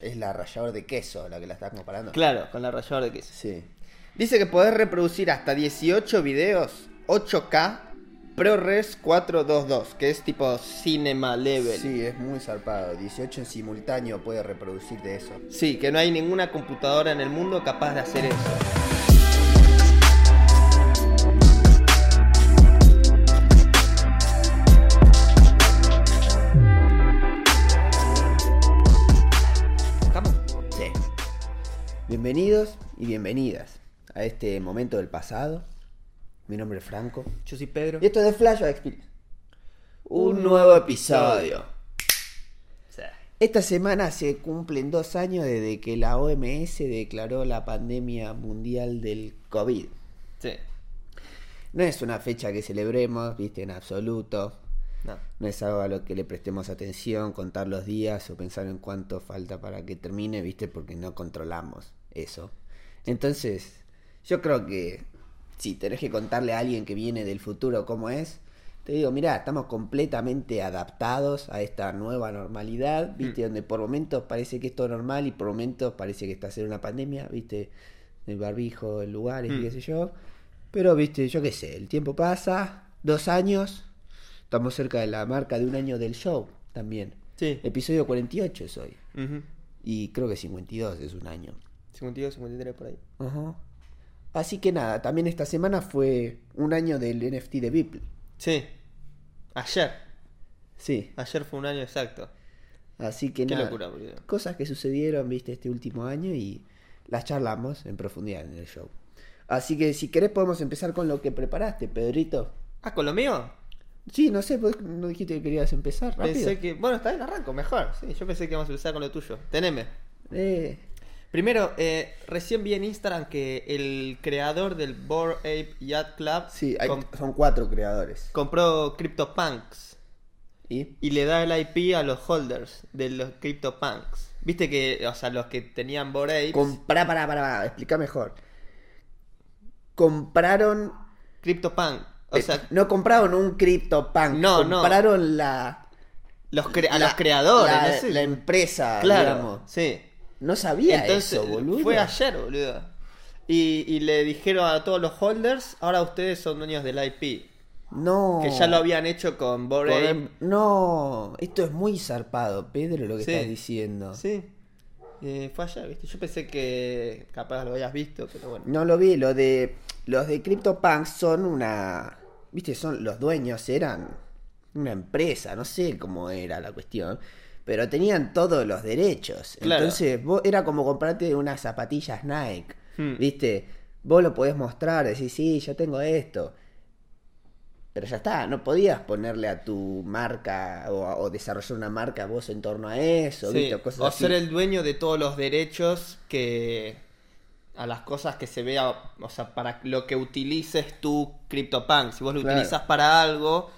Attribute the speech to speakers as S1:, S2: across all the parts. S1: Es la ralladora de queso la que la estás comparando.
S2: Claro, con la ralladora de queso.
S1: Sí. Dice que podés reproducir hasta 18 videos 8K ProRes 422, que es tipo
S2: Cinema Level. Sí.
S1: Sí, es muy zarpado. 18 en simultáneo puede reproducir de eso.
S2: que no hay ninguna computadora en el mundo capaz de hacer eso. ¿Estamos?
S1: Sí. Bienvenidos y bienvenidas a este momento del pasado. Mi nombre es Franco.
S2: Yo soy Pedro.
S1: Y esto es de Flash of Experience. Un nuevo episodio.
S2: Sí.
S1: Esta semana se cumplen dos años desde que la OMS declaró la pandemia mundial del COVID.
S2: Sí.
S1: No es una fecha que celebremos, viste, en absoluto.
S2: No.
S1: No es algo a lo que le prestemos atención, contar los días o pensar en cuánto falta para que termine, ¿viste? Porque no controlamos eso. Entonces, yo creo que si tenés que contarle a alguien que viene del futuro cómo es, te digo, mirá, estamos completamente adaptados a esta nueva normalidad, ¿viste? Donde por momentos parece que es todo normal y por momentos parece que está a ser una pandemia, ¿viste? El barbijo, el lugar, y
S2: Mm.
S1: qué sé yo. Pero, ¿viste? Yo qué sé, el tiempo pasa, dos años, Estamos cerca de la marca de un año del show también.
S2: Sí.
S1: Episodio 48 es hoy.
S2: Ujú.
S1: Y creo que 52 es un año.
S2: 52, 53 por ahí.
S1: Ajá. Así que nada, también esta semana fue un año del NFT de Beeple.
S2: Sí. Ayer.
S1: Sí.
S2: Ayer fue un año exacto.
S1: Así que
S2: Qué
S1: nada.
S2: locura, boludo.
S1: Cosas que sucedieron, viste, este último año y las charlamos en profundidad en el show. Así que si querés podemos empezar con lo que preparaste, Pedrito.
S2: Ah, con lo mío.
S1: Sí, no sé, vos no dijiste que querías empezar rápido.
S2: Pensé que. Bueno, está bien, arranco, mejor. Sí, yo pensé que íbamos a empezar con lo tuyo. Teneme.
S1: Eh,
S2: Primero, eh, recién vi en Instagram que el creador del Bored Ape Yacht Club
S1: sí, hay-
S2: com-
S1: son cuatro creadores.
S2: compró CryptoPunks
S1: ¿Y?
S2: y le da el IP a los holders de los CryptoPunks. Viste que, o sea, los que tenían Bored Apes,
S1: Comprá, pará, pará, pará, explica mejor. Compraron.
S2: CryptoPunk. O
S1: eh,
S2: sea,
S1: no compraron un CryptoPunk.
S2: No, no.
S1: compraron la.
S2: los cre- a
S1: la-
S2: los creadores.
S1: La,
S2: no sé.
S1: la empresa,
S2: claro,
S1: digamos.
S2: sí.
S1: No sabía eso, boludo.
S2: Fue ayer, boludo. Y, y le dijeron a todos los holders, ahora ustedes son dueños del IP.
S1: No.
S2: Que ya lo habían hecho con Bored
S1: Por-
S2: Ape.
S1: No, esto es muy zarpado, Pedro, lo que
S2: Sí.
S1: estás diciendo.
S2: Sí. Eh, fue ayer, ¿viste? Yo pensé que capaz lo habías visto, pero bueno.
S1: No lo vi, lo de. Los de CryptoPunk son una. Viste, son. Los dueños eran una empresa, no sé cómo era la cuestión. Pero tenían todos los derechos.
S2: Claro.
S1: Entonces, vos era como comprarte unas zapatillas Nike.
S2: Hmm.
S1: Viste, vos lo podés mostrar, decís, sí, yo tengo esto. Pero ya está, no podías ponerle a tu marca o, o desarrollar una marca vos en torno a eso,
S2: Sí,
S1: ¿viste? O Cosas
S2: o
S1: así.
S2: ser el dueño de todos los derechos que a las cosas que se vea, o sea, para lo que utilices tu CryptoPunk. Si vos lo
S1: Claro.
S2: utilizas para algo,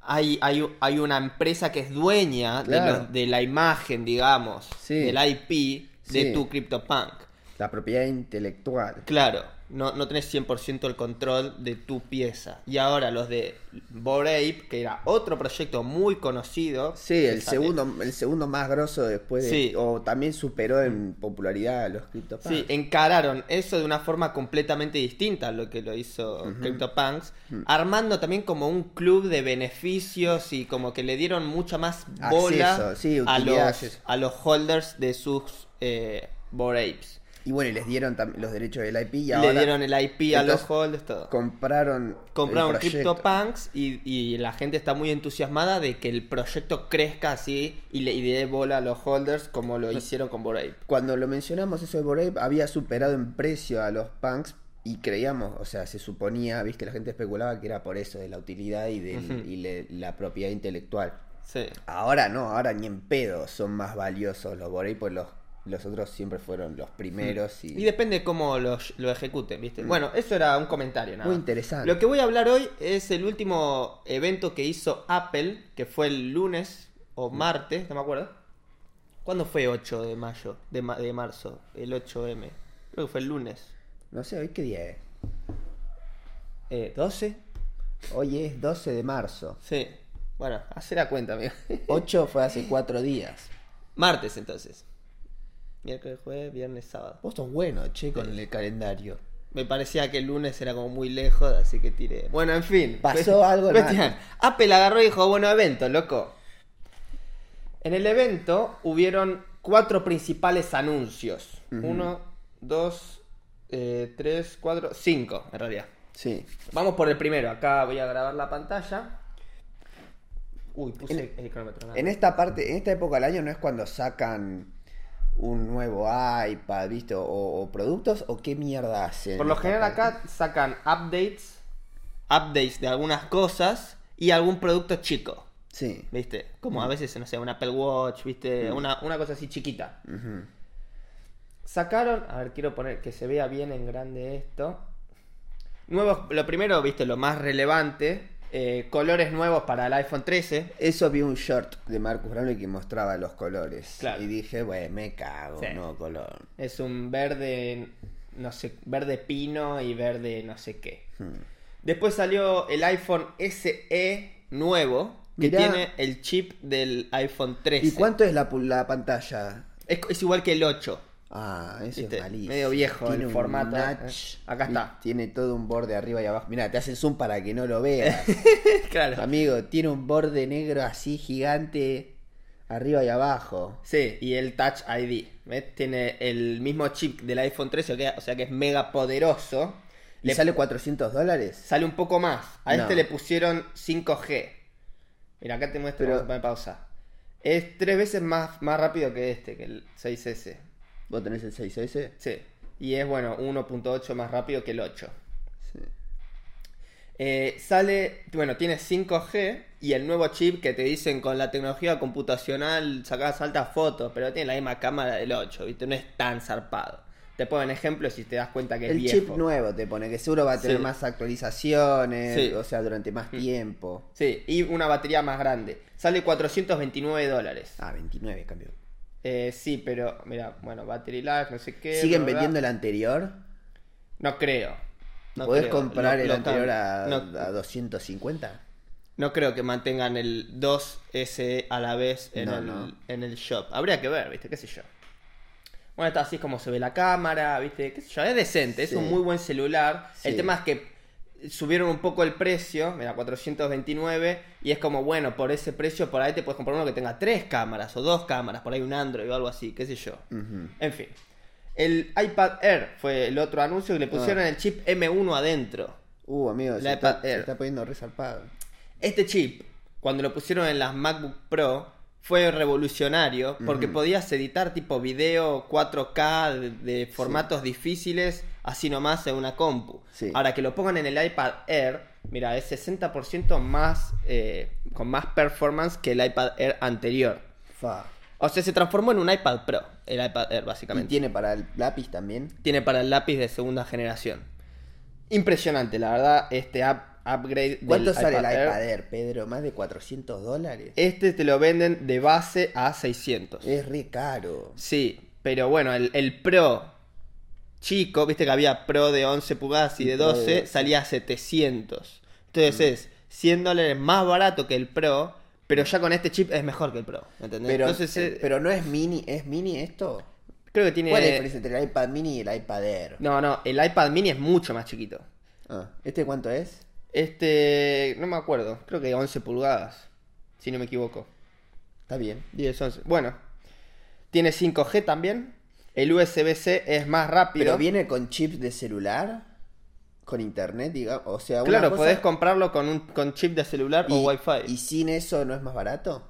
S2: hay, hay, hay una empresa que es dueña de
S1: Claro.
S2: los- de, la imagen, digamos,
S1: Sí.
S2: del IP de
S1: Sí.
S2: tu CryptoPunk.
S1: La propiedad intelectual.
S2: Claro, no, no tenés 100% el control de tu pieza. Y ahora los de Bored Ape, que era otro proyecto muy conocido.
S1: Sí, el
S2: Esa- eh,
S1: segundo, el segundo más grosso después de,
S2: Sí.
S1: o también superó en popularidad a los CryptoPunks.
S2: Sí, encararon eso de una forma completamente distinta a lo que lo hizo CryptoPunks, armando también como un club de beneficios y como que le dieron mucha más bola
S1: Acceso, sí,
S2: a, los,
S1: utilidades.
S2: a los holders de sus eh, Bored Apes.
S1: Y bueno, y les dieron tam- los derechos del IP y
S2: Le
S1: ahora
S2: dieron el IP a
S1: Entonces,
S2: los holders, todo.
S1: compraron
S2: Compraron
S1: el proyecto.
S2: CryptoPunks y, y la gente está muy entusiasmada de que el proyecto crezca así y le y dé bola a los holders como lo hicieron con Bored Ape.
S1: Cuando lo mencionamos eso de Bored Ape, había superado en precio a los punks y creíamos, o sea, se suponía, viste, la gente especulaba que era por eso, de la utilidad y de
S2: Ujú.
S1: la propiedad intelectual.
S2: Sí.
S1: Ahora no, ahora ni en pedo son más valiosos los Bored Ape, pues los, los otros siempre fueron los primeros
S2: Y depende cómo lo, lo ejecuten, ¿viste? Bueno, eso era un comentario, nada.
S1: Mm. Muy
S2: más.
S1: interesante.
S2: Lo que voy a hablar hoy es el último evento que hizo Apple, que fue el lunes o
S1: Mm.
S2: martes, no me acuerdo. ¿Cuándo fue 8 de mayo? De, ma- de marzo, el 8M. Creo que fue el lunes.
S1: No sé, hoy qué día es.
S2: Eh, ¿12?
S1: Hoy es 12 de marzo.
S2: Sí. Bueno, hacer la cuenta, amigo.
S1: 8 fue hace 4 días.
S2: martes, entonces. Miércoles, jueves, viernes, sábado.
S1: Vos sos bueno, che, con el calendario.
S2: Me parecía que el lunes era como muy lejos, así que tiré. Bueno, en fin.
S1: Pasó algo,
S2: Cuestión.
S1: hermano.
S2: Apple agarró y dijo, bueno, evento, loco. En el evento hubieron cuatro principales anuncios. Uno, dos, eh, tres, cuatro, cinco, en realidad.
S1: Sí.
S2: Vamos por el primero. Acá voy a grabar la pantalla. Uy, puse el cronómetro. nada.
S1: En esta parte, en esta época del año no es cuando sacan un nuevo iPad, ¿viste? O, o productos, o qué mierda hacen.
S2: Por lo
S1: en esta
S2: general
S1: parte?
S2: acá sacan updates, updates de algunas cosas y algún producto chico,
S1: Sí.
S2: ¿viste? Como
S1: Mm.
S2: a veces, no sé, un Apple Watch, ¿viste? Una, una cosa así chiquita.
S1: Ujú.
S2: Sacaron, a ver, quiero poner que se vea bien en grande esto. Nuevos, lo primero, ¿viste? Lo más relevante, eh, colores nuevos para el iPhone 13.
S1: Eso vi un short de Marcus Brownlee que mostraba los colores.
S2: Claro.
S1: Y dije, bueno, me cago,
S2: Sí.
S1: no color.
S2: Es un verde, no sé, verde pino y verde no sé qué.
S1: Hmm.
S2: Después salió el iPhone SE nuevo, que
S1: Mirá.
S2: tiene el chip del iPhone 13.
S1: ¿Y cuánto es la, pul- la pantalla?
S2: Es, es igual que el 8.
S1: Ah, eso
S2: Viste,
S1: es malísimo.
S2: medio viejo
S1: Tiene
S2: el
S1: un
S2: formato,
S1: notch
S2: eh. Acá
S1: y
S2: está.
S1: Tiene todo un borde arriba y abajo. Mira, te hacen zoom para que no lo veas.
S2: claro.
S1: Amigo, tiene un borde negro así gigante arriba y abajo.
S2: Sí, y el Touch ID. ¿ves? Tiene el mismo chip del iPhone 13, o, que- o sea que es mega poderoso.
S1: ¿Le
S2: Le
S1: sale 400 dólares?
S2: sale un poco más. A
S1: No.
S2: este le pusieron 5G. Mira, acá te muestro,
S1: Pero-
S2: vamos a poner pausa. Es tres veces más, más rápido que este, que el 6S.
S1: ¿Vos tenés el 6S?
S2: Sí. Y es, bueno, 1.8 más rápido que el 8.
S1: Sí.
S2: Eh, sale, bueno, tiene 5G y el nuevo chip que te dicen con la tecnología computacional sacás altas fotos, pero tiene la misma cámara del 8, ¿viste? No es tan zarpado. Te ponen ejemplos y te das cuenta que es
S1: El
S2: viejo.
S1: chip nuevo te pone, que seguro va a tener
S2: Sí.
S1: más actualizaciones,
S2: Sí. Mm.
S1: o sea, durante más tiempo.
S2: Sí, y una batería más grande. Sale 429 dólares.
S1: Ah, 29 cambió.
S2: Eh, sí, pero, mira, bueno, battery life, no sé qué.
S1: ¿Siguen
S2: bla, bla,
S1: vendiendo
S2: bla.
S1: el anterior?
S2: No creo. No
S1: ¿Podés
S2: creo.
S1: comprar
S2: Lo-
S1: el
S2: lo
S1: anterior a,
S2: cam- no-
S1: a 250?
S2: No creo que mantengan el 2S a la vez en,
S1: No,
S2: el,
S1: no.
S2: en el shop. Habría que ver, ¿viste? ¿Qué sé yo? Bueno, está así es como se ve la cámara, ¿viste? ¿Qué sé yo? Es decente,
S1: Sí.
S2: es un muy buen celular.
S1: Sí.
S2: El tema es que subieron un poco el precio, mira, 429, y es como, bueno, por ese precio por ahí te puedes comprar uno que tenga tres cámaras o dos cámaras, por ahí un Android o algo así, qué sé yo.
S1: Ujú.
S2: En fin. El iPad Air fue el otro anuncio y
S1: Ah.
S2: le pusieron el chip M1 adentro.
S1: Uh, amigo, se
S2: La
S1: está,
S2: iPad
S1: se
S2: Air.
S1: está poniendo resarpado.
S2: Este chip, cuando lo pusieron en las MacBook Pro, fue revolucionario porque podías editar tipo video 4K de, de formatos difíciles así nomás en una compu.
S1: Sí.
S2: Ahora que lo pongan en el iPad Air, mira, es 60% más eh, con más performance que el iPad Air anterior.
S1: Fa.
S2: O sea, se transformó en un iPad Pro, el iPad Air
S1: ¿Y
S2: básicamente.
S1: tiene para el lápiz también?
S2: Tiene para el lápiz de segunda generación. Impresionante, la verdad, este up- upgrade del
S1: ¿Cuánto sale el
S2: iPad Air.
S1: iPad Air, Pedro? ¿Más de 400 dólares?
S2: Este te lo venden de base a 600.
S1: Es re caro.
S2: Sí, pero bueno, el, el Pro chico, viste que había Pro de 11 pulgadas y
S1: Y
S2: de
S1: Pro de Mm.
S2: 12,
S1: 12.
S2: salía a 700. Entonces es 100 dólares más barato que el Pro, pero ya con este chip es mejor que el Pro. ¿entendés?
S1: Pero,
S2: Entonces
S1: eh,
S2: eh,
S1: pero no es mini, ¿es mini esto?
S2: creo que tiene...
S1: ¿Cuál es la diferencia entre el iPad mini y el iPad Air?
S2: Eh, No, no, el iPad mini es mucho más chiquito.
S1: Ah, ¿Este cuánto es?
S2: Este, no me acuerdo, creo que 11 pulgadas, si no me equivoco.
S1: Está bien.
S2: 10, 11. Bueno, tiene 5G también. El USB-C es más rápido.
S1: ¿Pero viene con chips de celular? ¿Con internet, digamos? O sea, una
S2: claro,
S1: cosa-
S2: podés comprarlo con un con chip de celular o
S1: y-
S2: Wi-Fi.
S1: ¿Y sin eso no es más barato?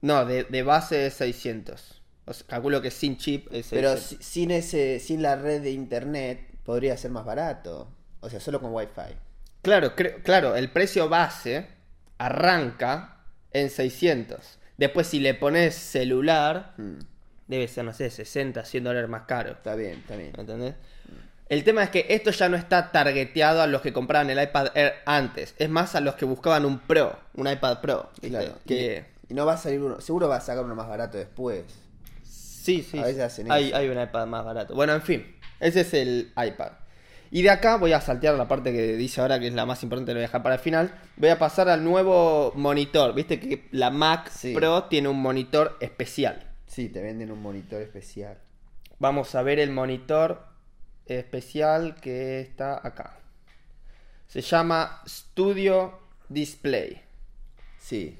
S2: No, de, de base es 600. O sea, calculo que sin chip es 600.
S1: Pero si- sin ese, sin la red de internet podría ser más barato. O sea, solo con Wi-Fi.
S2: Claro, cre- claro, el precio base arranca en 600. Después si le pones celular,
S1: Mm,
S2: debe ser, no sé, 60, 100 dólares más caro.
S1: está bien, está bien.
S2: ¿Me entendés? El tema es que esto ya no está targeteado a los que compraban el iPad Air antes. Es más a los que buscaban un Pro, un iPad Pro. ¿viste?
S1: Claro.
S2: Que...
S1: Y, y no va a salir uno, seguro va a sacar uno más barato después.
S2: Sí, sí.
S1: A veces hacen
S2: hay,
S1: eso.
S2: hay un iPad más barato. Bueno, en fin, ese es el iPad. Y de acá voy a saltear la parte que dice ahora que es la más importante, lo voy a dejar para el final. Voy a pasar al nuevo monitor. Viste que la Mac
S1: Sí.
S2: Pro tiene un monitor especial.
S1: Sí, te venden un monitor especial.
S2: Vamos a ver el monitor especial que está acá. Se llama Studio Display.
S1: Sí.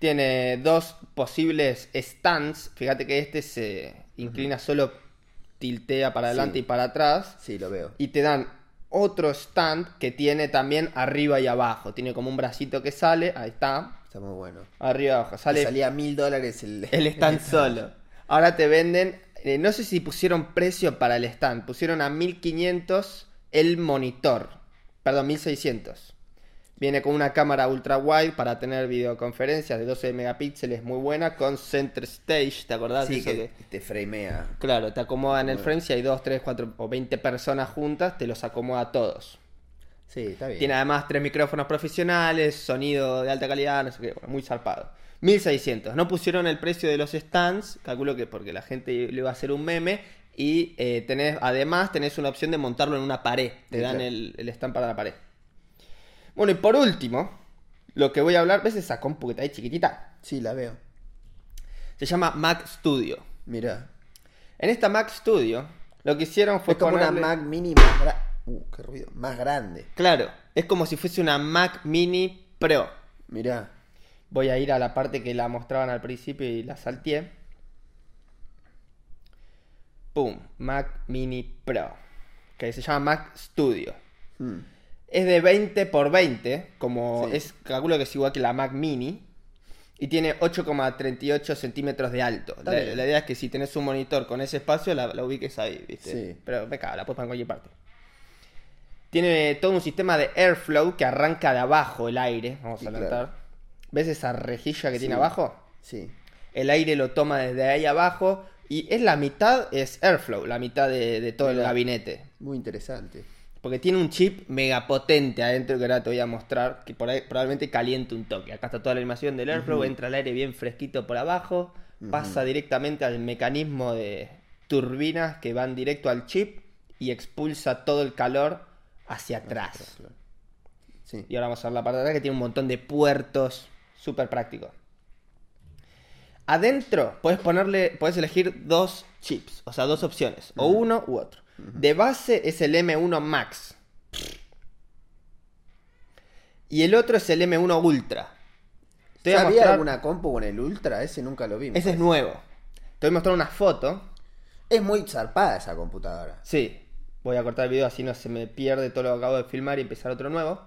S2: Tiene dos posibles stands. Fíjate que este se inclina solo, tiltea para adelante
S1: Sí.
S2: y para atrás.
S1: Sí, lo veo.
S2: Y te dan otro stand que tiene también arriba y abajo. Tiene como un bracito que sale. Ahí está.
S1: Está muy bueno.
S2: Arriba y abajo.
S1: Te
S2: Sale
S1: salía mil dólares el...
S2: el stand solo. Ahora te venden. eh, no sé si pusieron precio para el stand. Pusieron a 1500 el monitor. Perdón, 1600. Viene con una cámara ultra wide para tener videoconferencias de 12 megapíxeles muy buena con center stage, ¿te acordás?
S1: sí,
S2: Eso
S1: que
S2: que-
S1: te framea.
S2: Claro, te acomoda en el frame si hay 2, 3, 4 o 20 personas juntas, te los acomoda a todos.
S1: Sí, está bien.
S2: Tiene además tres micrófonos profesionales, sonido de alta calidad, no sé qué, bueno, muy zarpado. 1600. No pusieron el precio de los stands, calculo que porque la gente le va a hacer un meme. Y eh, tenés, además tenés una opción de montarlo en una pared. Te
S1: Sí,
S2: dan
S1: claro.
S2: el, el stand para la pared. Bueno, y por último, lo que voy a hablar, ¿ves esa compu que está ahí chiquitita?
S1: Sí, la veo.
S2: Se llama Mac Studio.
S1: Mirá.
S2: En esta Mac Studio, lo que hicieron fue
S1: es como una
S2: ponerle-
S1: Mac Mini más grande. Uh, qué ruido. Más grande.
S2: Claro, es como si fuese una Mac Mini Pro.
S1: Mirá.
S2: Voy a ir a la parte que la mostraban al principio y la salteé. Pum, Mac Mini Pro, que se llama Mac Studio.
S1: Mm.
S2: Es de 20 por 20, como
S1: Sí.
S2: es, calculo que es igual que la Mac Mini. Y tiene 8,38 centímetros de alto.
S1: Está
S2: La,
S1: bien.
S2: la idea es que si tenés un monitor con ese espacio, la, la ubiques ahí, ¿viste?
S1: Sí.
S2: Pero me cago, la puedes poner en cualquier parte. Tiene todo un sistema de airflow que arranca de abajo el aire. Vamos
S1: Sí,
S2: a
S1: claro.
S2: levantar. ¿Ves esa rejilla que tiene
S1: Sí.
S2: abajo?
S1: Sí.
S2: El aire lo toma desde ahí abajo. Y es la mitad, es airflow, la mitad de, de todo el
S1: Mirá.
S2: gabinete.
S1: Muy interesante.
S2: Porque tiene un chip mega potente adentro que ahora te voy a mostrar, que por ahí probablemente caliente un toque. Acá está toda la animación del airflow, entra el aire bien fresquito por abajo, pasa directamente al mecanismo de turbinas que van directo al chip y expulsa todo el calor hacia atrás.
S1: Sí.
S2: Y ahora vamos a ver la parte de atrás que tiene un montón de puertos, súper práctico. Adentro puedes ponerle, puedes elegir dos chips, o sea, dos opciones, o uno u otro. De base es el M1 Max. Y el otro es el M1 Ultra. Te voy a
S1: ¿Había
S2: mostrar-
S1: alguna compu con el Ultra? Ese nunca lo vimos.
S2: Ese es nuevo. Te voy a mostrar una foto.
S1: Es muy zarpada esa computadora.
S2: Sí, voy a cortar el video así no se me pierde todo lo que acabo de filmar y empezar otro nuevo.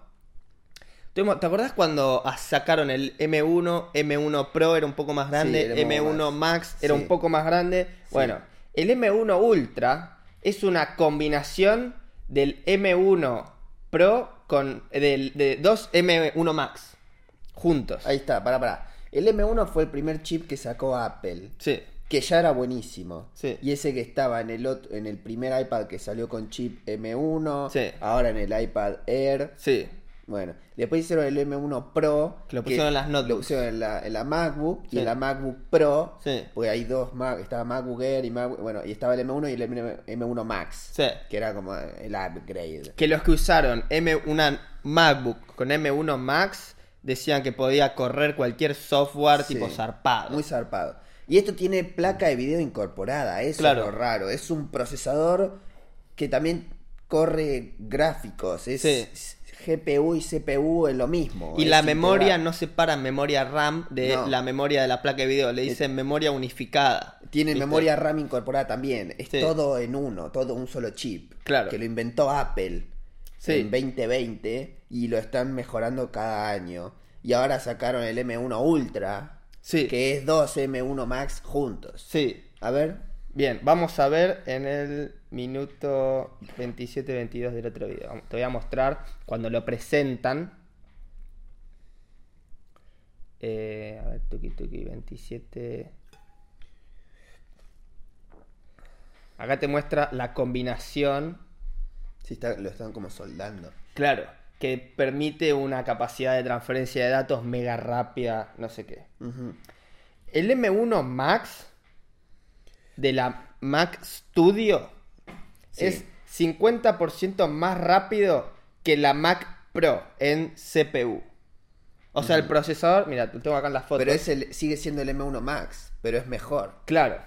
S2: ¿Te te acordás cuando a- sacaron el M1, M1 Pro era un poco más grande,
S1: era un poco
S2: M1 Max era
S1: Sí.
S2: un poco más grande? Bueno, el M1 Ultra es una combinación del M1 Pro con del- de dos M1 Max juntos.
S1: Ahí está, pará, pará. El M1 fue el primer chip que sacó Apple,
S2: Sí,
S1: que ya era buenísimo.
S2: Sí.
S1: Y ese que estaba en el otro, en el primer iPad que salió con chip M1,
S2: Sí.
S1: ahora en el iPad Air.
S2: sí,
S1: Bueno, después hicieron el M1 Pro.
S2: Que lo pusieron en las notebooks.
S1: Lo pusieron en la, en la MacBook
S2: Sí.
S1: y en la MacBook Pro.
S2: Sí.
S1: Porque hay dos Mac, estaba MacBook Air y MacBook, bueno, y estaba el M1 y el M1 Max.
S2: sí.
S1: Que era como el upgrade.
S2: que los que usaron M, una MacBook con M1 Max decían que podía correr cualquier software
S1: Sí.
S2: tipo zarpado.
S1: Muy zarpado. Y esto tiene placa de video incorporada, eso es
S2: Claro.
S1: lo raro. Es un procesador que también corre gráficos, es
S2: Sí.
S1: es GPU y CPU es lo mismo.
S2: y
S1: es
S2: la memoria
S1: integral.
S2: no separa memoria RAM de
S1: No. Eh,
S2: la memoria de la placa de video, le dicen memoria unificada.
S1: Tiene
S2: ¿Viste?
S1: memoria RAM incorporada también, es
S2: Sí.
S1: todo en uno, todo un solo chip.
S2: Claro.
S1: Que lo inventó Apple
S2: Sí.
S1: en 2020 y lo están mejorando cada año. Y ahora sacaron el M1 Ultra,
S2: Sí.
S1: que es dos M1 Max juntos.
S2: Sí.
S1: A ver,
S2: Bien, vamos a ver en el minuto 27-22 del otro video. Vamos, Te voy a mostrar cuando lo presentan. Eh, a ver, tuki tuki, 27. Acá te muestra la combinación,
S1: si está, lo están como soldando.
S2: claro, que permite una capacidad de transferencia de datos mega rápida, no sé qué.
S1: Ujú.
S2: El M1 Max de la Mac Studio
S1: Sí.
S2: es 50% más rápido que la Mac Pro en CPU. O sea, el procesador, mira, lo tengo acá en las fotos.
S1: Pero es el, sigue siendo el M1 Max, pero es mejor.
S2: Claro.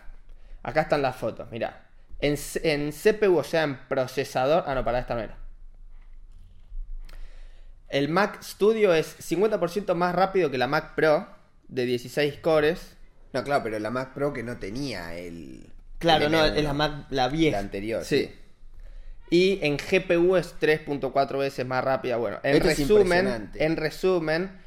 S2: Acá están las fotos, mira. En, C- en CPU, o sea, en procesador. Ah, no, para esta no era. El Mac Studio es 50% más rápido que la Mac Pro de 16 cores.
S1: No, claro, pero la Mac Pro que no tenía el.
S2: Claro,
S1: el
S2: no,
S1: M1,
S2: es la Mac, la vieja.
S1: La anterior.
S2: Sí. Y en GPU es 3.4 veces más rápida. Bueno, en
S1: Esto es
S2: resumen,
S1: impresionante.
S2: en resumen,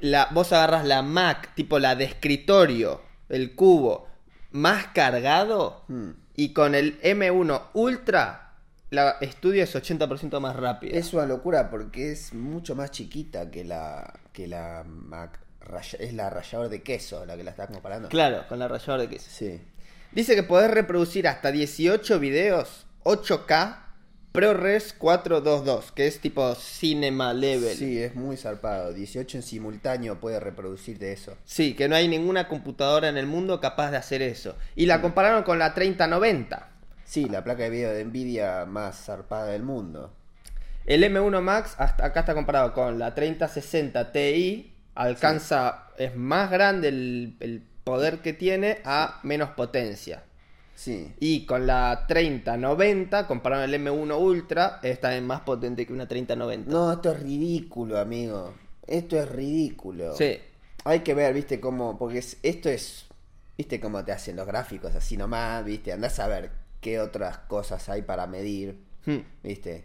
S2: la, vos agarras la Mac, tipo la de escritorio, el cubo, más cargado,
S1: Hmm.
S2: y con el M1 Ultra, la estudio es 80% más rápida.
S1: Es una locura porque es mucho más chiquita que la que la Mac. raya- es la rallador de queso la que la estás comparando.
S2: Claro, con la ralladora de queso.
S1: Sí.
S2: Dice que podés reproducir hasta 18 videos 8K ProRes 422, que es tipo cinema level.
S1: Sí, es muy zarpado. 18 en simultáneo puede reproducir de eso.
S2: Sí, que no hay ninguna computadora en el mundo capaz de hacer eso. Y la compararon con la 3090.
S1: Sí, la placa de video de Nvidia más zarpada del mundo.
S2: El M1 Max, hasta acá está comparado con la 3060 Ti, alcanza, es más grande el, el poder que tiene a menos potencia.
S1: Sí.
S2: Y con la 3090, compararon el M1 Ultra, es también más potente que una 3090.
S1: No, esto es ridículo, amigo. Esto es ridículo.
S2: Sí,
S1: Hay que ver, viste, cómo. Porque es- esto es. Viste cómo te hacen los gráficos así nomás, viste. Andás a ver qué otras cosas hay para medir,
S2: Hmm.
S1: viste.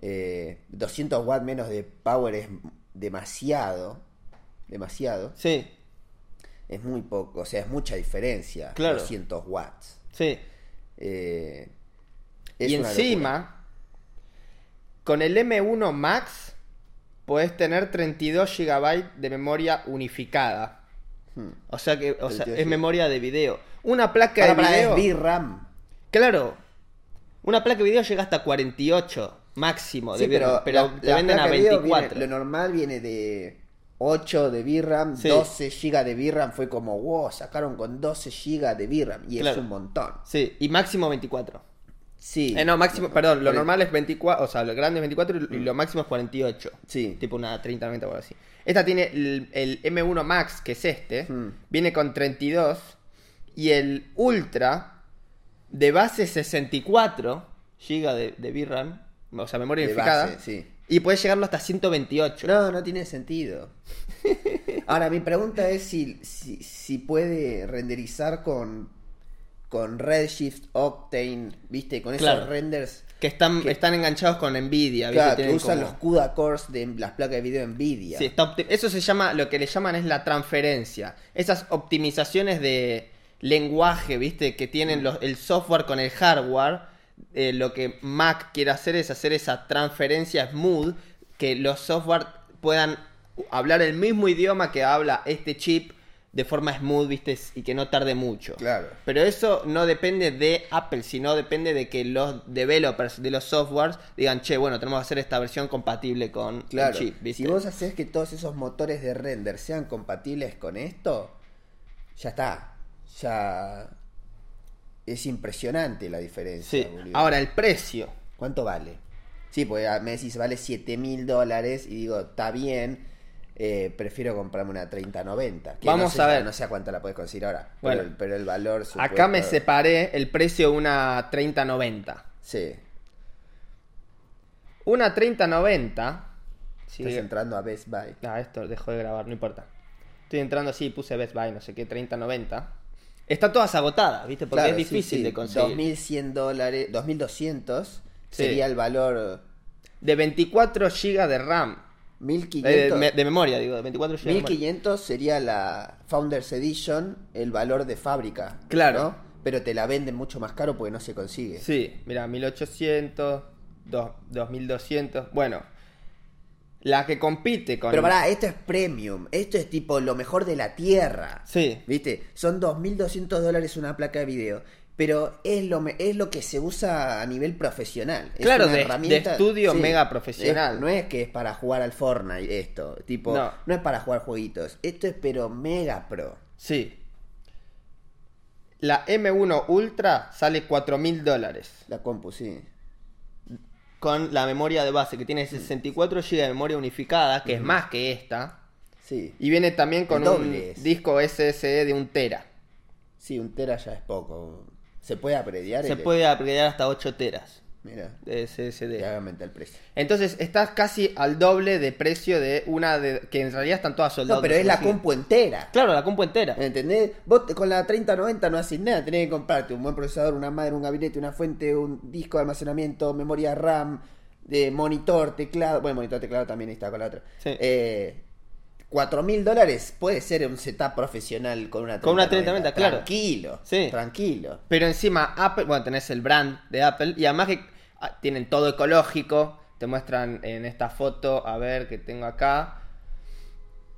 S1: Eh, 200 watts menos de power es demasiado. Demasiado.
S2: sí,
S1: Es muy poco, o sea, es mucha diferencia.
S2: Claro.
S1: 200 watts.
S2: sí.
S1: Eh, es
S2: y
S1: una
S2: encima,
S1: locura.
S2: con el M1 Max, podés tener 32 GB de memoria unificada.
S1: Hmm.
S2: O sea que o sea,
S1: 32
S2: es
S1: GB.
S2: memoria de video. Una placa
S1: Para,
S2: de
S1: para,
S2: video.
S1: es VRAM.
S2: Claro. Una placa de video llega hasta 48 máximo de
S1: Sí,
S2: video,
S1: pero,
S2: pero,
S1: la-
S2: te
S1: la
S2: venden a
S1: placa de video
S2: 24.
S1: viene- lo normal viene de 8 de VRAM,
S2: Sí.
S1: 12 GB de VRAM. Fue como, wow, sacaron con 12 GB de VRAM. Y es
S2: Claro.
S1: un montón.
S2: Sí, y máximo 24.
S1: Sí.
S2: Eh, no, máximo, perdón, lo
S1: cuarenta-
S2: normal es 24, o sea, lo grande es 24 y, y lo máximo es 48.
S1: Mm. Sí.
S2: Tipo una 30, 90 o algo así. Esta tiene el, el M1 Max, que es este,
S1: Mm.
S2: viene con 32 y el Ultra de base 64 GB de, de VRAM, o sea, memoria
S1: De
S2: unificada.
S1: base, sí.
S2: Y puede llegarlo hasta 128.
S1: No, no tiene sentido. Ahora, mi pregunta es si, si, si puede renderizar con, con Redshift, Octane, ¿viste? Con esos
S2: Claro.
S1: renders
S2: Que están,
S1: Que-
S2: están enganchados con Nvidia. ¿viste?
S1: claro, que
S2: Tienen
S1: usan
S2: como-
S1: los CUDA cores de las placas de video NVIDIA.
S2: Sí, está opti- eso se llama, lo que le llaman es la transferencia. Esas optimizaciones de lenguaje, ¿viste? Que
S1: Mm.
S2: tienen los- el software con el hardware. Eh, lo que Mac quiere hacer es hacer esa transferencia smooth, que los software puedan hablar el mismo idioma que habla este chip de forma smooth, ¿viste? Y que no tarde mucho.
S1: Claro.
S2: Pero eso no depende de Apple, sino depende de que los developers de los softwares digan, che, bueno, tenemos que hacer esta versión compatible con
S1: Claro,
S2: el chip. ¿viste?
S1: si vos haces que todos esos motores de render sean compatibles con esto, ya está. Ya es impresionante la diferencia.
S2: Sí.
S1: boludo.
S2: Ahora, el precio.
S1: ¿Cuánto vale? Sí, porque ah, me decís vale 7 mil dólares y digo, está bien, eh, prefiero comprarme una 3090. que no
S2: Vamos
S1: sé-
S2: a ver.
S1: No sé a cuánto la puedes conseguir ahora.
S2: Bueno.
S1: pero, el- pero el valor.
S2: Acá me
S1: supuesto-
S2: separé el precio de una 3090.
S1: Sí.
S2: Una 3090. Sí,
S1: Estás entrando a Best Buy.
S2: ah, esto dejó de grabar, no importa. Estoy entrando así, puse Best Buy, no sé qué, 3090. Está todas agotadas, ¿viste? Porque
S1: Claro,
S2: es
S1: sí,
S2: difícil
S1: sí,
S2: de conseguir.
S1: 2100 dólares, 2200
S2: Sí.
S1: sería el valor.
S2: De 24 GB de RAM. Eh, de,
S1: 1500,
S2: me- de memoria, digo, de 24 GB. de memoria.
S1: 1500 sería la Founders Edition, el valor de fábrica.
S2: Claro.
S1: ¿no? Pero te la venden mucho más caro porque no se consigue.
S2: Sí, mira, 1800, dos- 2200. Bueno, la que compite con.
S1: Pero pará, esto es premium. Esto es tipo lo mejor de la tierra.
S2: Sí.
S1: ¿Viste? Son 2.200 dólares una placa de video. Pero es lo, me- es lo que se usa a nivel profesional. Es
S2: Claro,
S1: una
S2: de-
S1: herramienta-
S2: de estudio mega profesional.
S1: Es- no es que es para jugar al Fortnite esto. Tipo,
S2: No.
S1: no. es para jugar jueguitos. Esto es pero mega pro.
S2: Sí. La M1 Ultra sale 4 mil dólares.
S1: La compu, sí.
S2: Con la memoria de base, que tiene 64 GB de memoria unificada, que es más que esta.
S1: Sí.
S2: Y viene también con un
S1: Dobles.
S2: disco SSD de un Tera.
S1: Sí, un tera ya es poco. Se puede aprediar.
S2: Se
S1: el-
S2: puede upgradear hasta 8 teras
S1: Mira,
S2: de SSD.
S1: te aumenta el precio.
S2: Entonces estás casi al doble de precio de una de, que en realidad están todas
S1: No,
S2: soldadas.
S1: pero es la
S2: así.
S1: compu entera.
S2: Claro, la compu entera.
S1: ¿Entendés? Vos te- con la 3090 no haces nada, tenés que comprarte un buen procesador, una madre, un gabinete, una fuente, un disco de almacenamiento, memoria RAM, de monitor, teclado. Bueno, monitor, teclado también está con la otra.
S2: Sí.
S1: Eh, 4 mil dólares puede ser un setup profesional con una
S2: Con una 3090, claro.
S1: Tranquilo,
S2: Sí.
S1: tranquilo.
S2: Pero encima Apple, bueno, tenés el brand de Apple y además que ah, tienen todo ecológico. Te muestran en esta foto, a ver que tengo acá.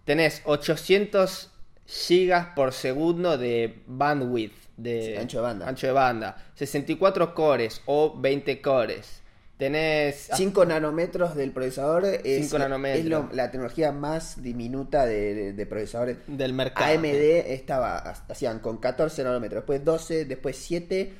S2: Tenés 800 gigas por segundo de bandwidth. De,
S1: Sí, ancho de banda.
S2: Ancho de banda. 64 cores o 20 cores. Tenés...
S1: 5 nanómetros del procesador es,
S2: Cinco nanómetros.
S1: es lo- la tecnología más diminuta de, de- de procesadores.
S2: Del mercado.
S1: AMD estaba, hacían con 14 nanómetros, después 12, después 7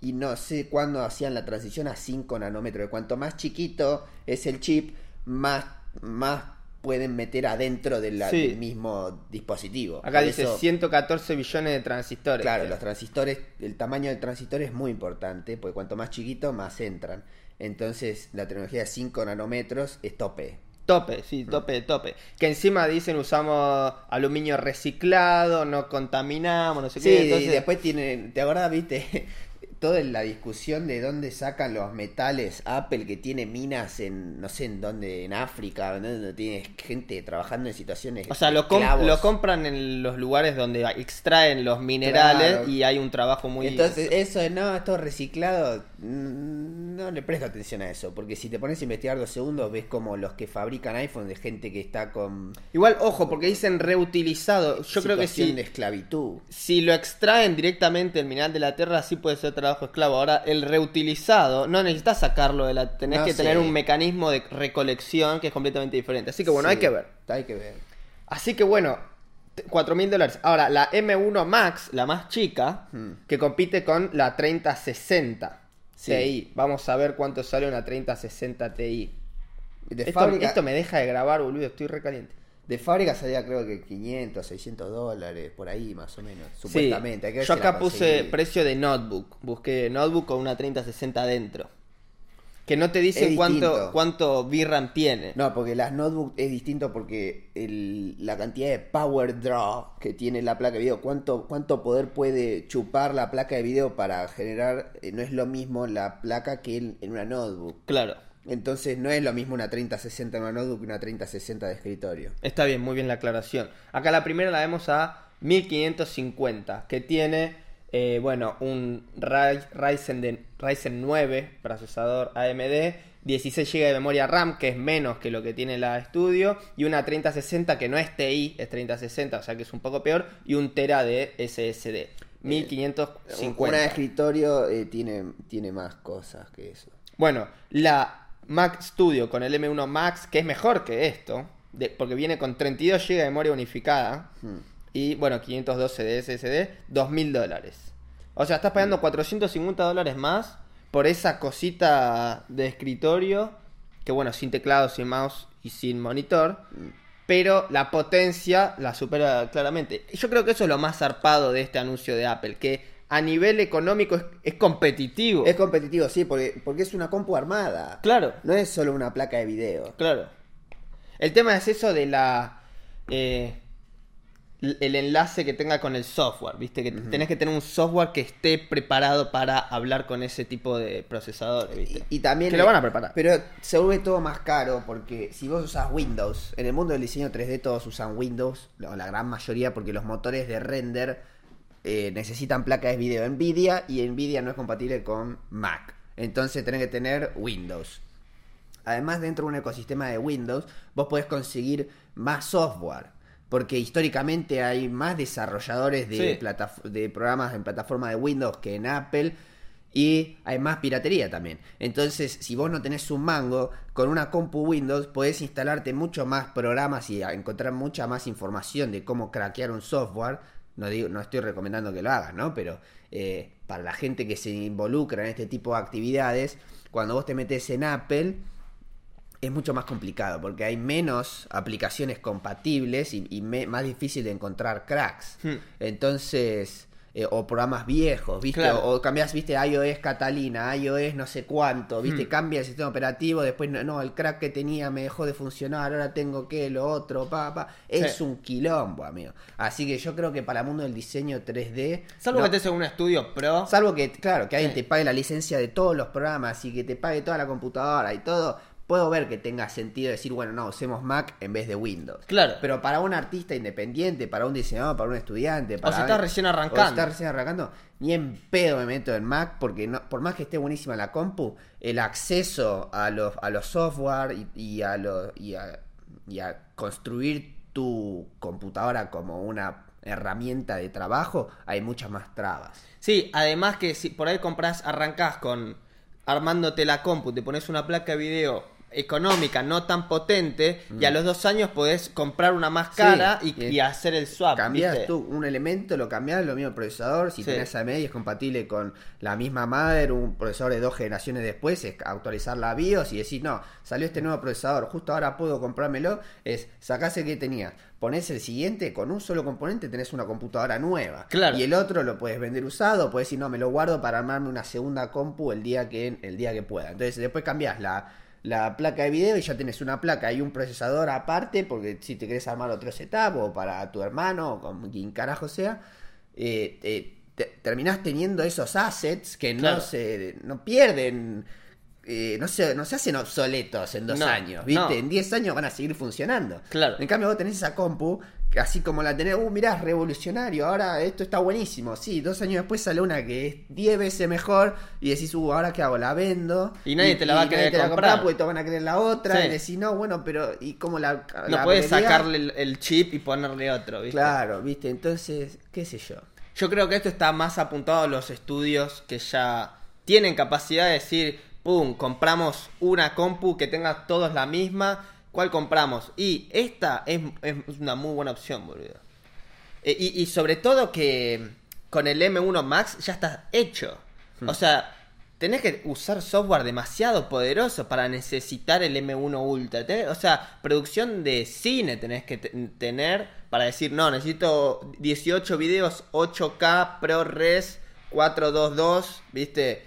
S1: y no sé cuándo hacían la transición a 5 nanómetros. Cuanto más chiquito es el chip, más, más pueden meter adentro de la-
S2: Sí.
S1: del mismo dispositivo.
S2: Acá
S1: Por
S2: dice
S1: eso,
S2: 114 billones de transistores.
S1: Claro, los transistores, el tamaño del transistor es muy importante, porque cuanto más chiquito, más entran. Entonces, la tecnología de 5 nanómetros es tope.
S2: Tope,
S1: Mm.
S2: sí, tope, tope. Que encima dicen usamos aluminio reciclado, no contaminamos, no sé
S1: Sí,
S2: qué.
S1: y
S2: Entonces,
S1: después tienen, ¿te acordás, viste? Toda la discusión de dónde sacan los metales Apple que tiene minas en, no sé en dónde, en África, ¿no? donde tiene gente trabajando en situaciones.
S2: o sea,
S1: de
S2: lo, com-
S1: esclavos.
S2: lo compran en los lugares donde extraen los minerales
S1: Claro.
S2: y hay un trabajo muy...
S1: Entonces, eh, eso de no, esto es reciclado, mm, no le presto atención a eso, porque si te pones a investigar dos segundos, ves como los que fabrican iPhone de gente que está con.
S2: Igual, ojo, porque dicen reutilizado. Yo creo que
S1: situación
S2: sí.
S1: de esclavitud.
S2: Si lo extraen directamente el mineral de la tierra, sí puede ser trabajo esclavo. Ahora, el reutilizado, no necesitas sacarlo de la... Tenés
S1: No
S2: que
S1: sé.
S2: tener un mecanismo de recolección que es completamente diferente. Así que bueno,
S1: Sí,
S2: hay que ver.
S1: Hay que ver.
S2: Así que bueno, 4 mil dólares. Ahora, la M1 Max, la más chica, que compite con la 3060
S1: Sí.
S2: Ti. Vamos a ver cuánto sale una 3060 Ti.
S1: De
S2: Esto,
S1: fábrica-
S2: esto me deja de grabar, boludo, estoy recaliente.
S1: De fábrica salía creo que 500, 600 dólares, por ahí más o menos, supuestamente. Hay que ver
S2: Yo
S1: si la
S2: acá puse
S1: conseguí.
S2: precio de notebook. Busqué notebook con una 3060 adentro. Que no te
S1: Es
S2: dicen cuánto,
S1: distinto.
S2: cuánto VRAM tiene.
S1: No, porque las notebooks es distinto porque el- la cantidad de power draw que tiene la placa de video, cuánto, cuánto poder puede chupar la placa de video para generar, eh, no es lo mismo la placa que en, en una notebook.
S2: Claro.
S1: Entonces no es lo mismo una 3060 en una notebook que una 3060 de escritorio.
S2: Está bien, muy bien la aclaración. Acá la primera la vemos a 1550, que tiene, eh, bueno, un Ry- Ryzen, de, Ryzen 9, procesador AMD, 16 GB de memoria RAM, que es menos que lo que tiene la Studio, y una 3060 que no es TI, es 3060, o sea que es un poco peor, y un Tera de SSD. 1550.
S1: Una de escritorio eh, tiene, tiene más cosas que eso.
S2: Bueno, la Mac Studio con el M1 Max, que es mejor que esto, de- porque viene con 32 GB de memoria unificada
S1: Hmm.
S2: y, bueno, 512 de SSD, 2.000 dólares. O sea, estás pagando 450 dólares más por esa cosita de escritorio, que bueno, sin teclado, sin mouse y sin monitor, pero la potencia la supera claramente. Yo creo que eso es lo más zarpado de este anuncio de Apple, que a nivel económico es, es competitivo.
S1: Es competitivo, sí, porque, porque es una compu armada.
S2: claro.
S1: No es solo una placa de video.
S2: Claro. El tema es eso de la. eh, l- el enlace que tenga con el software, ¿viste? Que t- tenés que tener un software que esté preparado para hablar con ese tipo de procesadores,
S1: Y,
S2: ¿viste?
S1: y también.
S2: Que lo van a preparar.
S1: Pero se vuelve todo más caro porque si vos usás Windows, en el mundo del diseño 3D todos usan Windows, o la gran mayoría, porque los motores de render eh, necesitan placas de video Nvidia y Nvidia no es compatible con Mac. Entonces tenés que tener Windows. Además, dentro de un ecosistema de Windows, vos podés conseguir más software. Porque históricamente hay más desarrolladores de,
S2: Sí.
S1: plataf- de programas en plataforma de Windows que en Apple. Y hay más piratería también. Entonces, si vos no tenés un mango, con una compu Windows podés instalarte mucho más programas y a- encontrar mucha más información de cómo craquear un software. No, digo, no estoy recomendando que lo hagas, ¿no? Pero eh, para la gente que se involucra en este tipo de actividades, cuando vos te metes en Apple, es mucho más complicado porque hay menos aplicaciones compatibles y, y me- más difícil de encontrar cracks.
S2: Hmm.
S1: Entonces, eh, o programas viejos, ¿viste?
S2: Claro.
S1: O, o cambias, ¿viste? iOS Catalina, iOS no sé cuánto,
S2: Hmm.
S1: ¿viste? Cambia el sistema operativo, después no, no, el crack que tenía me dejó de funcionar, ahora tengo que lo otro, pa, pa. Es
S2: Sí.
S1: un quilombo, amigo. Así que yo creo que para el mundo del diseño 3D.
S2: Salvo
S1: no-
S2: que estés en un estudio pro.
S1: Salvo que, claro, que alguien
S2: Sí.
S1: te pague la licencia de todos los programas y que te pague toda la computadora y todo, puedo ver que tenga sentido decir, bueno, no, usemos Mac en vez de Windows.
S2: Claro.
S1: Pero para un artista independiente, para un diseñador, para un estudiante, para...
S2: si estás recién arrancando.
S1: eh. O si estás recién arrancando, ni en pedo me meto en Mac porque no, por más que esté buenísima la compu, el acceso a los, a los software y, y a los y a, y a construir tu computadora como una herramienta de trabajo, hay muchas más trabas.
S2: Sí, además que si por ahí compras, arrancás con armándote la compu, te pones una placa de video económica, no tan potente, y a los dos años podés comprar una más cara
S1: Mm. Sí,
S2: y,
S1: y-
S2: y hacer el swap.
S1: Cambias
S2: ¿viste?
S1: tú un elemento, lo cambias, lo mismo el procesador. Si
S2: Sí.
S1: tenés AMD y es compatible con la misma madre, un procesador de dos generaciones después, es actualizar la BIOS y decir, no, salió este nuevo procesador, justo ahora puedo comprármelo. Es sacás el que tenías, ponés el siguiente, con un solo componente tenés una computadora nueva.
S2: Claro.
S1: Y el otro lo puedes vender usado, puedes decir, no, me lo guardo para armarme una segunda compu el día que, el día que pueda. Entonces después cambias la. La placa de video y ya tenés una placa y un procesador aparte, porque si te querés armar otro setup o para tu hermano o con quien carajo sea, eh, eh, te- terminás teniendo esos assets que
S2: Claro.
S1: no se no pierden, eh, no, se, no se hacen obsoletos en dos
S2: No,
S1: años, ¿viste?
S2: no.
S1: En 10 años van a seguir funcionando.
S2: Claro.
S1: En cambio, vos tenés esa compu, que así como la tenés, uh, mirá, es revolucionario, ahora esto está buenísimo. Sí, dos años después sale una que es 10 veces mejor y decís, uh, ahora qué hago, la vendo.
S2: Y nadie te la va a
S1: nadie
S2: querer
S1: te va a
S2: comprar.
S1: porque te van a querer la otra.
S2: Sí.
S1: Y decís, no, bueno, pero ¿y cómo la.?
S2: No
S1: la
S2: puedes
S1: abreviás?
S2: sacarle el, el chip y ponerle otro, ¿viste?
S1: Claro, ¿viste? Entonces, qué sé yo.
S2: Yo creo que esto está más apuntado a los estudios que ya tienen capacidad de decir, pum, compramos una compu que tenga todos la misma, ¿cuál compramos? Y esta es, es una muy buena opción, boludo. E- Y, y sobre todo que con el M1 Max ya estás hecho. O sea, tenés que usar software demasiado poderoso para necesitar el M1 Ultra. Tenés- o sea, producción de cine tenés que te- tener para decir, no, necesito 18 videos 8K, ProRes, 422, ¿viste?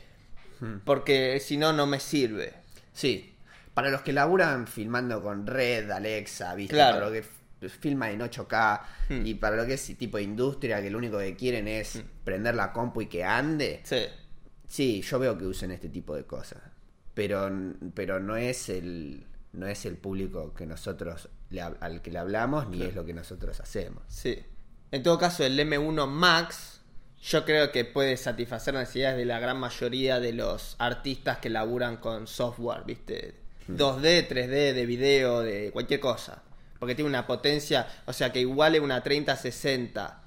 S2: Porque si no, no me sirve.
S1: Sí. Para los que laburan filmando con Red, Alexa, ¿viste?
S2: Claro.
S1: Para los que f- filman en 8K
S2: Hmm.
S1: y para lo que es tipo de industria que lo único que quieren es prender la compu y que ande.
S2: Sí.
S1: Sí, yo veo que usen este tipo de cosas. Pero, pero no es el no es el público que nosotros le hab- al que le hablamos ni es lo que nosotros hacemos.
S2: Sí. En todo caso, el M1 Max yo creo que puede satisfacer las necesidades de la gran mayoría de los artistas que laburan con software, ¿viste? 2D, 3D, de video, de cualquier cosa. Porque tiene una potencia, o sea, que iguale una 3060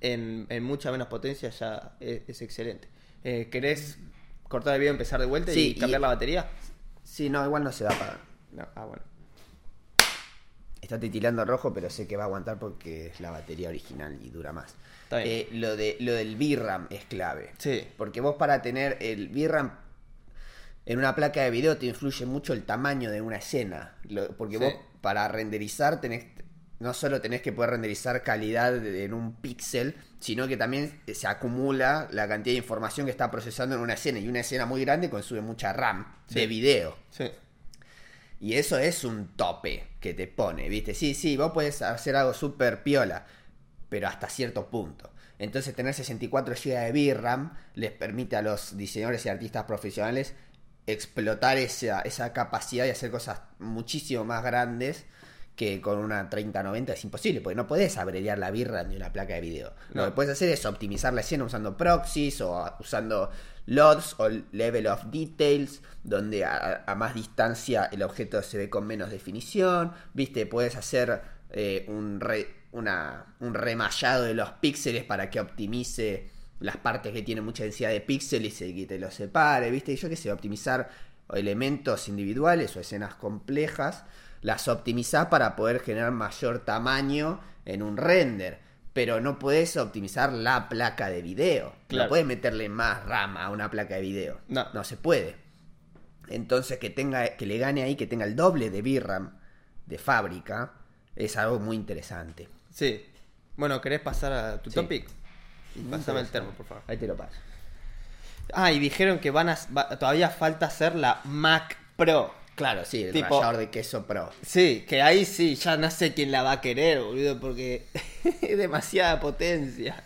S2: en, en mucha menos potencia ya es, es excelente. Eh, ¿Querés cortar el video, empezar de vuelta
S1: Sí,
S2: y cambiar
S1: y-
S2: la batería?
S1: Sí, no, igual no se va a pagar.
S2: No, ah, bueno.
S1: Está titilando rojo, pero sé que va a aguantar porque es la batería original y dura más.
S2: Está bien.
S1: Eh, lo, de, lo del VRAM es clave.
S2: Sí.
S1: Porque vos para tener el VRAM en una placa de video te influye mucho el tamaño de una escena. Lo- porque
S2: Sí.
S1: vos para renderizar tenés... No solo tenés que poder renderizar calidad de- en un píxel, sino que también eh, se acumula la cantidad de información que está procesando en una escena. Y una escena muy grande consume mucha RAM de
S2: Sí.
S1: video.
S2: Sí.
S1: Y eso es un tope que te pone, ¿viste? Sí, sí, vos puedes hacer algo súper piola, pero hasta cierto punto. Entonces tener 64 GB de VRAM les permite a los diseñadores y artistas profesionales explotar esa, esa capacidad y hacer cosas muchísimo más grandes que con una 3090 es imposible, porque no podés abreviar la VRAM de una placa de video.
S2: No.
S1: Lo que puedes hacer es optimizar la escena usando proxies o usando LODs o level of details, donde a, a más distancia el objeto se ve con menos definición. Viste, puedes hacer eh, un, re- una- un remallado de los píxeles para que optimice las partes que tienen mucha densidad de píxeles y que te los separe, ¿viste? Y yo qué sé, optimizar elementos individuales o escenas complejas, las optimizás para poder generar mayor tamaño en un render, pero no podés optimizar la placa de video.
S2: Claro.
S1: No podés meterle más rama a una placa de video.
S2: No.
S1: No se puede. Entonces que tenga que le gane ahí que tenga el doble de VRAM de fábrica es algo muy interesante.
S2: Sí. Bueno, ¿querés pasar a tu
S1: Sí.
S2: topic? Pásame el termo, por favor.
S1: Ahí te lo paso.
S2: Ah, y dijeron que van a, va- todavía falta hacer la Mac Pro.
S1: Claro, sí, el
S2: Tipo-
S1: rallador de queso pro.
S2: Sí, que ahí sí, ya no sé quién la va a querer, boludo, porque es demasiada potencia.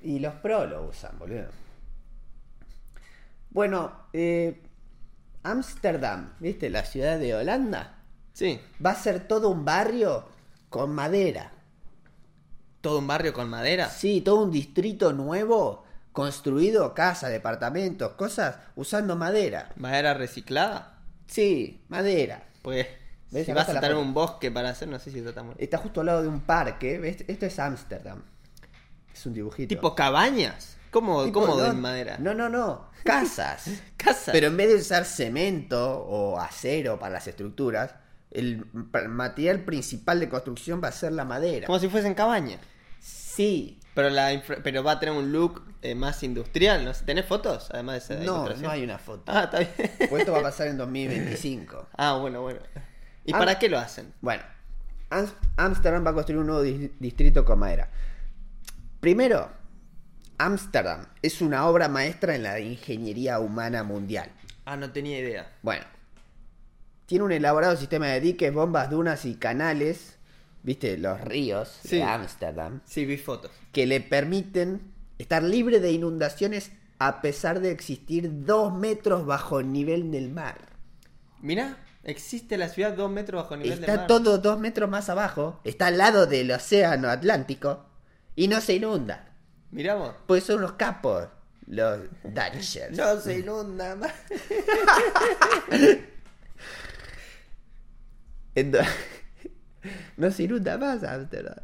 S1: Y los pro lo usan, boludo. Bueno, eh, Amsterdam, ¿viste? La ciudad de Holanda.
S2: Sí,
S1: Va a ser todo un barrio con madera.
S2: todo un barrio con madera.
S1: Sí, todo un distrito nuevo construido, casa, departamentos, cosas, usando madera.
S2: Madera reciclada.
S1: Sí, madera.
S2: Pues
S1: ¿Ves?
S2: si
S1: Acá
S2: vas
S1: está
S2: a
S1: la
S2: estar en
S1: foto.
S2: un bosque para hacer, no sé si está tan bueno.
S1: Está justo al lado de un parque. ¿ves? Esto es Amsterdam. Es un dibujito.
S2: Tipo cabañas. ¿Cómo,
S1: Tipo,
S2: cómo
S1: no-
S2: de madera?
S1: No, no, no. Casas.
S2: Casas.
S1: Pero en vez de usar cemento o acero para las estructuras, el pr- material principal de construcción va a ser la madera.
S2: Como si fuesen cabañas.
S1: Sí.
S2: Pero la infra- pero va a tener un look eh, más industrial, ¿no? sé. ¿Tenés fotos? Además de esa
S1: No,
S2: ilustración.
S1: no hay una foto.
S2: Ah, está bien.
S1: Pues esto va a pasar en 2025.
S2: ah, bueno, bueno. ¿Y
S1: Ah.
S2: para qué lo hacen?
S1: Bueno, Ams- Amsterdam va a construir un nuevo dis- distrito con madera. Primero, Amsterdam es una obra maestra en la ingeniería humana mundial.
S2: Ah, no tenía idea.
S1: Bueno, tiene un elaborado sistema de diques, bombas, dunas y canales, viste, los ríos
S2: Sí.
S1: de Ámsterdam,
S2: Sí, vi fotos.
S1: que le permiten estar libre de inundaciones a pesar de existir dos metros bajo el nivel del mar.
S2: Mirá, existe la ciudad dos metros bajo nivel del
S1: Está
S2: mar.
S1: todo dos metros más abajo, está al lado del océano Atlántico y no se inunda.
S2: Mirá vos.
S1: Pues son los capos, los Dutchers.
S2: No se inunda más.
S1: En do- no se inunda más Ámsterdam.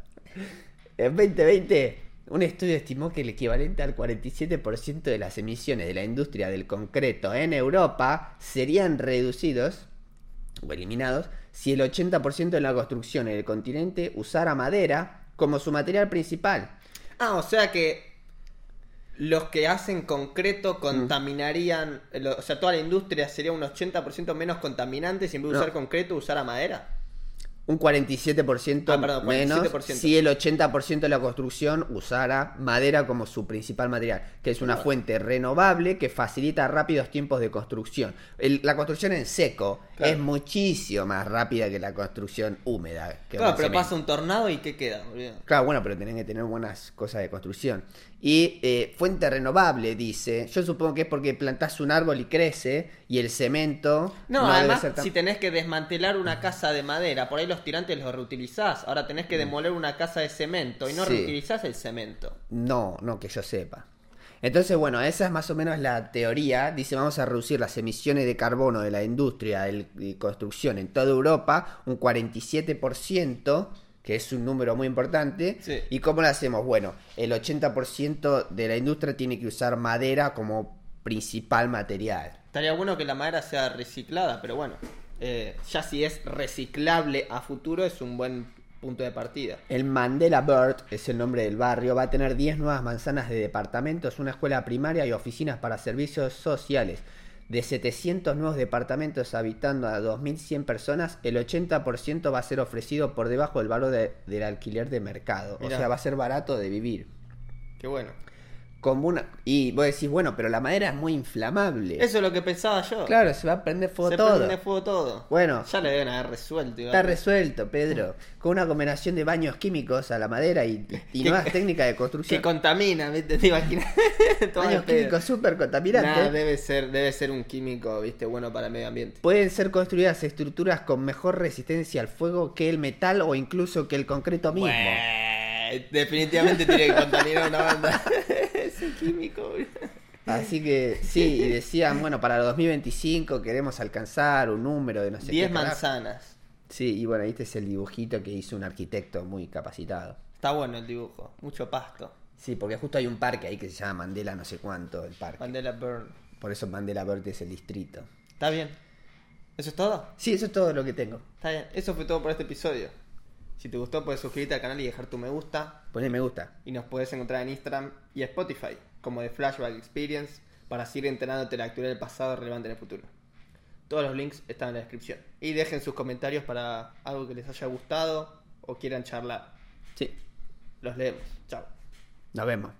S1: En 2020, un estudio estimó que el equivalente al 47% de las emisiones de la industria del concreto en Europa serían reducidos o eliminados si el 80% de la construcción en el continente usara madera como su material principal.
S2: Ah, o sea que los que hacen concreto contaminarían, lo- o sea, toda la industria sería un 80% menos contaminante si en vez de
S1: No.
S2: usar concreto usara madera.
S1: Un 47%
S2: Ah, perdón,
S1: menos
S2: 47%.
S1: si el 80% de la construcción usara madera como su principal material, que es una fuente renovable que facilita rápidos tiempos de construcción. El- la construcción en seco
S2: Claro.
S1: es muchísimo más rápida que la construcción húmeda. que
S2: Claro,
S1: con
S2: Ah, pero
S1: cemento.
S2: pasa un tornado y ¿qué queda? boludo?
S1: Claro, bueno, pero tienen que tener buenas cosas de construcción. Y eh, fuente renovable, dice. Yo supongo que es porque plantás un árbol y crece y el cemento...
S2: No,
S1: debe
S2: además,
S1: ser tan-
S2: si tenés que desmantelar una casa de madera, por ahí los tirantes los reutilizás. Ahora tenés que demoler una casa de cemento y no
S1: Mm. Sí.
S2: reutilizás el cemento.
S1: No, no que yo sepa. Entonces, bueno, esa es más o menos la teoría. Dice, vamos a reducir las emisiones de carbono de la industria del- de construcción en toda Europa un 47%, que es un número muy importante.
S2: Sí.
S1: ¿Y cómo lo hacemos? Bueno, el 80% de la industria tiene que usar madera como principal material.
S2: Estaría bueno que la madera sea reciclada, pero bueno, eh, ya si es reciclable a futuro es un buen punto de partida.
S1: El Mandela Bird, es el nombre del barrio, va a tener 10 nuevas manzanas de departamentos, una escuela primaria y oficinas para servicios sociales. De 700 nuevos departamentos habitando a 2.100 personas, el 80% va a ser ofrecido por debajo del valor de- del alquiler de mercado.
S2: Mirá.
S1: O sea, va a ser barato de vivir.
S2: Qué bueno.
S1: Como una... Y vos decís, bueno, pero la madera es muy inflamable.
S2: Eso es lo que pensaba yo.
S1: Claro, se va a prender fuego
S2: Se
S1: todo.
S2: prende fuego todo.
S1: Bueno.
S2: Ya le deben haber resuelto. igual.
S1: Está resuelto, Pedro. Con una combinación de baños químicos a la madera y, y
S2: Que-
S1: nuevas técnicas de
S2: Que
S1: construcción.
S2: contamina, ¿viste? ¿Te imaginas? Todo
S1: Baños
S2: al pedo.
S1: químicos súper contaminantes.
S2: Nah, debe ser, debe ser un químico, ¿viste? Bueno para el medio ambiente.
S1: Pueden ser construidas estructuras con mejor resistencia al fuego que el metal o incluso que el concreto mismo.
S2: Bueno, definitivamente tiene que contaminar una banda. es un químico, boludo.
S1: Así que sí, y decían, bueno, para el 2025 queremos alcanzar un número de no sé
S2: 10
S1: qué. carajo.
S2: manzanas.
S1: Sí, y bueno, este es el dibujito que hizo un arquitecto muy capacitado.
S2: Está bueno el dibujo. Mucho pasto.
S1: Sí, porque justo hay un parque ahí que se llama Mandela no sé cuánto, el parque.
S2: Mandela Burn.
S1: Por eso Mandela Verde es el distrito.
S2: ¿Está bien? ¿Eso es todo?
S1: Sí, eso es todo lo que tengo.
S2: Está bien. Eso fue todo por este episodio. Si te gustó, puedes suscribirte al canal y dejar tu me gusta.
S1: Poné me gusta.
S2: Y nos puedes encontrar en Instagram y Spotify, como The Flashback Experience, para seguir enterándote de la actualidad del pasado relevante en el futuro. Todos los links están en la descripción. Y dejen sus comentarios para algo que les haya gustado o quieran charlar.
S1: Sí,
S2: Los leemos. Chao.
S1: nos vemos.